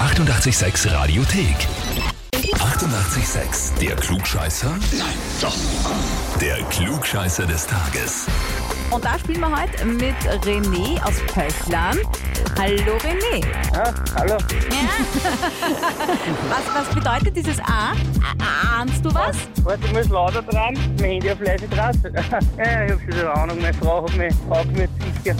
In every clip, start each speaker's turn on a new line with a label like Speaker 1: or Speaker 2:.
Speaker 1: 886 Radiothek. 88,6. Der Klugscheißer? Nein, doch. Der Klugscheißer des Tages.
Speaker 2: Und da spielen wir heute mit René aus Pöchlern. Hallo René.
Speaker 3: Ja, hallo.
Speaker 2: Was, was bedeutet dieses A? A- Ahnst du was?
Speaker 3: Warte, ich muss lauter dran. Mein Handy auf leise Trasse. ja, ich hab schon wieder Ahnung. Meine Frau hat mich angemeldet, sicher.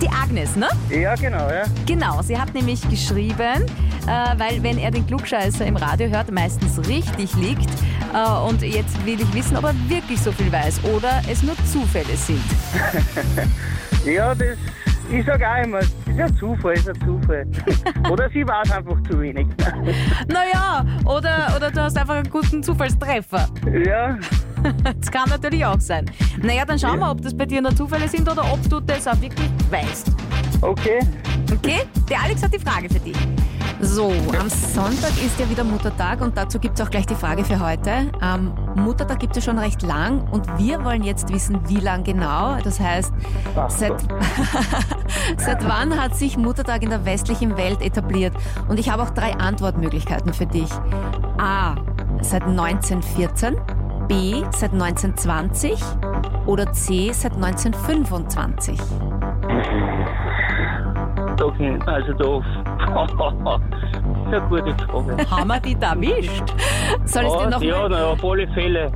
Speaker 2: Die Agnes, ne?
Speaker 3: ja, genau, ja.
Speaker 2: Genau, sie hat nämlich geschrieben, äh, weil wenn er den Klugscheißer im Radio hört, meistens richtig liegt. Äh, und jetzt will ich wissen, ob er wirklich so viel weiß oder es nur Zufälle sind.
Speaker 3: Ja, das... Ich sag auch immer, es ist ein Zufall, es ist ein Zufall. Oder sie weiß einfach zu wenig.
Speaker 2: Naja, oder, oder du hast einfach einen guten Zufallstreffer.
Speaker 3: ja,
Speaker 2: Das kann natürlich auch sein. Naja, dann schauen wir, ob das bei dir nur Zufälle sind oder ob du das auch wirklich weißt.
Speaker 3: okay.
Speaker 2: Okay? Der Alex hat die Frage für dich.
Speaker 4: So, am Sonntag ist ja wieder Muttertag und dazu gibt es auch gleich die Frage für heute. Ähm, Muttertag gibt es ja schon recht lang und wir wollen jetzt wissen, wie lang genau. Das heißt,
Speaker 3: Ach,
Speaker 4: seit, seit wann hat sich Muttertag in der westlichen Welt etabliert? Und ich habe auch drei Antwortmöglichkeiten für dich. A. Seit 1914. B. Seit 1920. Oder C. Seit 1925.
Speaker 3: Da, kann- also da... das ist eine gute Frage.
Speaker 2: Haben wir die da erwischt? Oh,
Speaker 4: Soll ich dir
Speaker 3: ja,
Speaker 4: noch
Speaker 3: ja,
Speaker 4: mal-
Speaker 3: na, auf alle Fälle.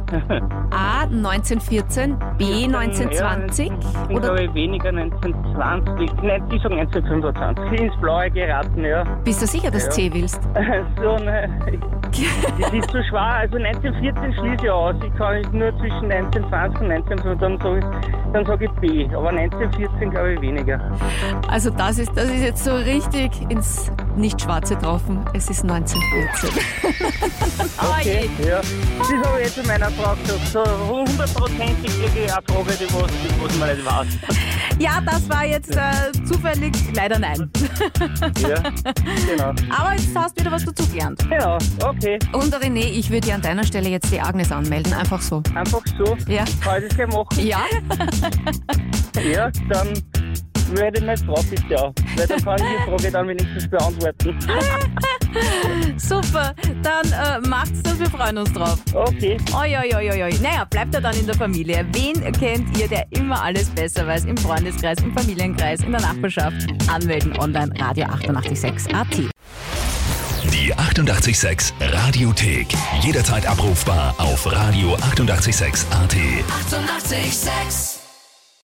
Speaker 4: A 1914, B 1920
Speaker 3: ja, Ich
Speaker 4: E oder
Speaker 3: glaube weniger 1920. Nein, ich sag 1925. Ins Blaue geraten, ja.
Speaker 4: bist du sicher, dass
Speaker 3: Ja.
Speaker 4: C willst?
Speaker 3: So eine, das ist zu schwer. Also 1914 schließe ich aus. Ich kann nicht nur zwischen 1920 und 1925, dann sage ich, dann sag ich B. Aber 1914 glaube ich weniger.
Speaker 4: Also das ist, das ist jetzt so richtig ins Nicht-Schwarze getroffen. Es ist 1914.
Speaker 3: Okay, ja. Das habe ich jetzt in meiner Frage gesagt. So hundertprozentig kriege ich eine Frage, die was, die was man nicht weiß.
Speaker 2: Ja, das war jetzt äh, zufällig. Leider nein.
Speaker 3: Ja, genau.
Speaker 2: Aber jetzt hast du wieder was dazugelernt.
Speaker 3: Genau, okay.
Speaker 4: Und René, ich würde dir an deiner Stelle jetzt die Agnes anmelden, einfach so.
Speaker 3: Einfach so.
Speaker 4: Ja.
Speaker 3: Kann ich das gleich machen?
Speaker 4: Ja,
Speaker 3: Ja, dann werde ich meine Frau bitte auch. Weil dann kann ich die Frage dann wenigstens beantworten.
Speaker 2: Super, dann äh, macht's das, wir freuen uns drauf.
Speaker 3: Okay.
Speaker 2: Oi, oi, oi, oi, oi. Naja, bleibt er dann in der Familie. Wen kennt ihr, der immer alles besser weiß? Im Freundeskreis, im Familienkreis, in der Nachbarschaft? Anmelden online, Radio 886 AT.
Speaker 1: Die 88,6 Radiothek. Jederzeit abrufbar auf radio886.at. 88,6.
Speaker 4: Sex.